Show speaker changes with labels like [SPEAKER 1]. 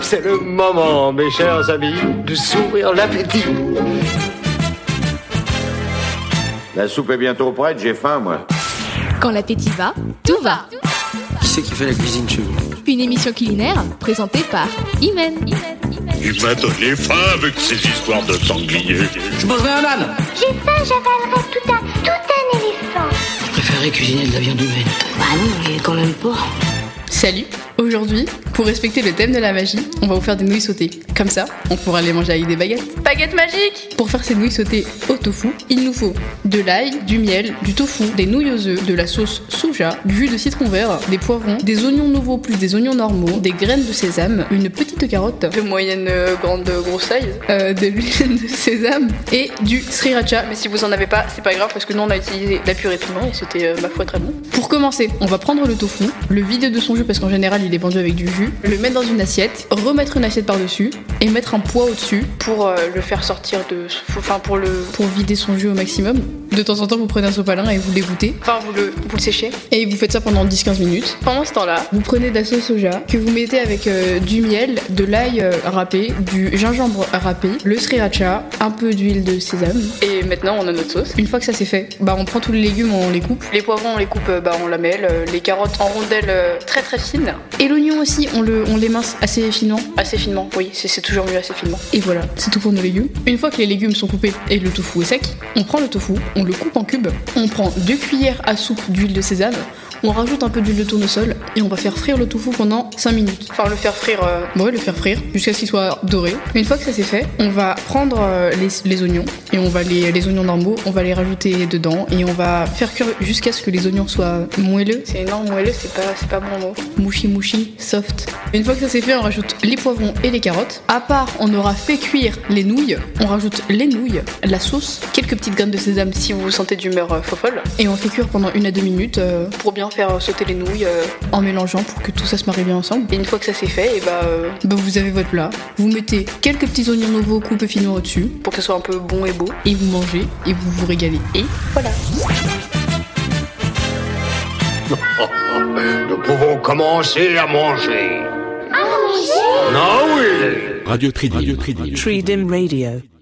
[SPEAKER 1] C'est le moment, mes chers amis, de s'ouvrir l'appétit.
[SPEAKER 2] La soupe est bientôt prête, j'ai faim, moi.
[SPEAKER 3] Quand l'appétit va, tout va.
[SPEAKER 4] Qui c'est qui fait la cuisine chez vous
[SPEAKER 3] Une émission culinaire présentée par Imen.
[SPEAKER 5] Il m'a donné faim avec ces histoires de sangliers.
[SPEAKER 4] Je mangerai un âne
[SPEAKER 6] J'ai faim, j'avalerai tout un, tout un éléphant.
[SPEAKER 4] Je préférerais cuisiner de la viande humaine.
[SPEAKER 7] Bah non, mais quand même pas.
[SPEAKER 8] Salut Aujourd'hui, pour respecter le thème de la magie, on va vous faire des nouilles sautées. Comme ça, on pourra les manger avec des baguettes.
[SPEAKER 9] Baguette magique
[SPEAKER 8] Pour faire ces nouilles sautées au tofu, il nous faut de l'ail, du miel, du tofu, des nouilles aux œufs, de la sauce soja, du jus de citron vert, des poivrons, des oignons nouveaux plus des oignons normaux, des graines de sésame, une petite carotte,
[SPEAKER 9] De moyenne euh, grande euh, grosse size.
[SPEAKER 8] euh, de l'huile de sésame et du sriracha.
[SPEAKER 9] Mais si vous en avez pas, c'est pas grave parce que nous on a utilisé la purée piment et c'était euh, ma foi très bon.
[SPEAKER 8] Pour commencer, on va prendre le tofu, le vider de son jus parce qu'en général il est vendu avec du jus, le mettre dans une assiette, remettre une assiette par-dessus et mettre un poids au-dessus
[SPEAKER 9] Pour euh, le faire sortir de. Enfin, pour le.
[SPEAKER 8] pour vider son jus au maximum. De temps en temps, vous prenez un sopalin et vous l'égouttez.
[SPEAKER 9] Enfin, vous le, vous le séchez.
[SPEAKER 8] Et vous faites ça pendant 10-15 minutes.
[SPEAKER 9] Pendant ce temps-là,
[SPEAKER 8] Vous prenez de la sauce soja que vous mettez avec euh, du miel, de l'ail euh, râpé, du gingembre râpé, le sriracha, un peu d'huile de sésame.
[SPEAKER 9] et maintenant on a notre sauce.
[SPEAKER 8] Une fois que ça c'est fait, bah on prend tous les légumes, on les coupe.
[SPEAKER 9] Les poivrons, on les coupe, euh, bah on la mêle. euh, Les carottes en rondelles euh, très très fines.
[SPEAKER 8] Et l'oignon aussi, on, le, on les mince assez finement.
[SPEAKER 9] Assez finement, oui, c'est c'est toujours mieux assez finement.
[SPEAKER 8] Et voilà, c'est tout pour nos légumes. Une fois que les légumes sont coupés et le tofu est sec, on prend le tofu, on le coupe en cubes, on prend deux cuillères à soupe d'huile de sésame, on rajoute un peu d'huile de tournesol et on va faire frire le tofu pendant 5 minutes.
[SPEAKER 9] Enfin, le faire frire. euh,
[SPEAKER 8] Bon, ouais, le faire frire jusqu'à ce qu'il soit doré. Une fois que ça c'est fait, on va prendre euh, les, les oignons et on va les, les oignons normaux, on va les rajouter dedans et on va faire cuire jusqu'à ce que les oignons soient moelleux
[SPEAKER 9] c'est énorme, moelleux, c'est pas, c'est pas bon mot.
[SPEAKER 8] mouchi mouchi, soft. Une fois que ça c'est fait, on rajoute les poivrons et les carottes. À part, on aura fait cuire les nouilles, on rajoute les nouilles, la sauce, quelques petites graines de sésame
[SPEAKER 9] Si vous vous sentez d'humeur euh, fofolle,
[SPEAKER 8] et on fait cuire pendant une à deux minutes euh,
[SPEAKER 9] pour bien faire euh, sauter les nouilles. euh,
[SPEAKER 8] en mélangeant pour que tout ça se marie bien ensemble.
[SPEAKER 9] et une fois que ça c'est fait, et bah. euh,
[SPEAKER 8] Ben, vous avez votre plat, vous mettez quelques petits oignons nouveaux coupés finement au-dessus,
[SPEAKER 9] pour que ce soit un peu bon et beau.
[SPEAKER 8] et vous mangez, et vous vous régalez. Et
[SPEAKER 9] Voilà.
[SPEAKER 1] Nous pouvons commencer à Ah manger. À manger Non, oui
[SPEAKER 10] Radio Tridim. Radio Tridim.
[SPEAKER 11] Tridim Radio.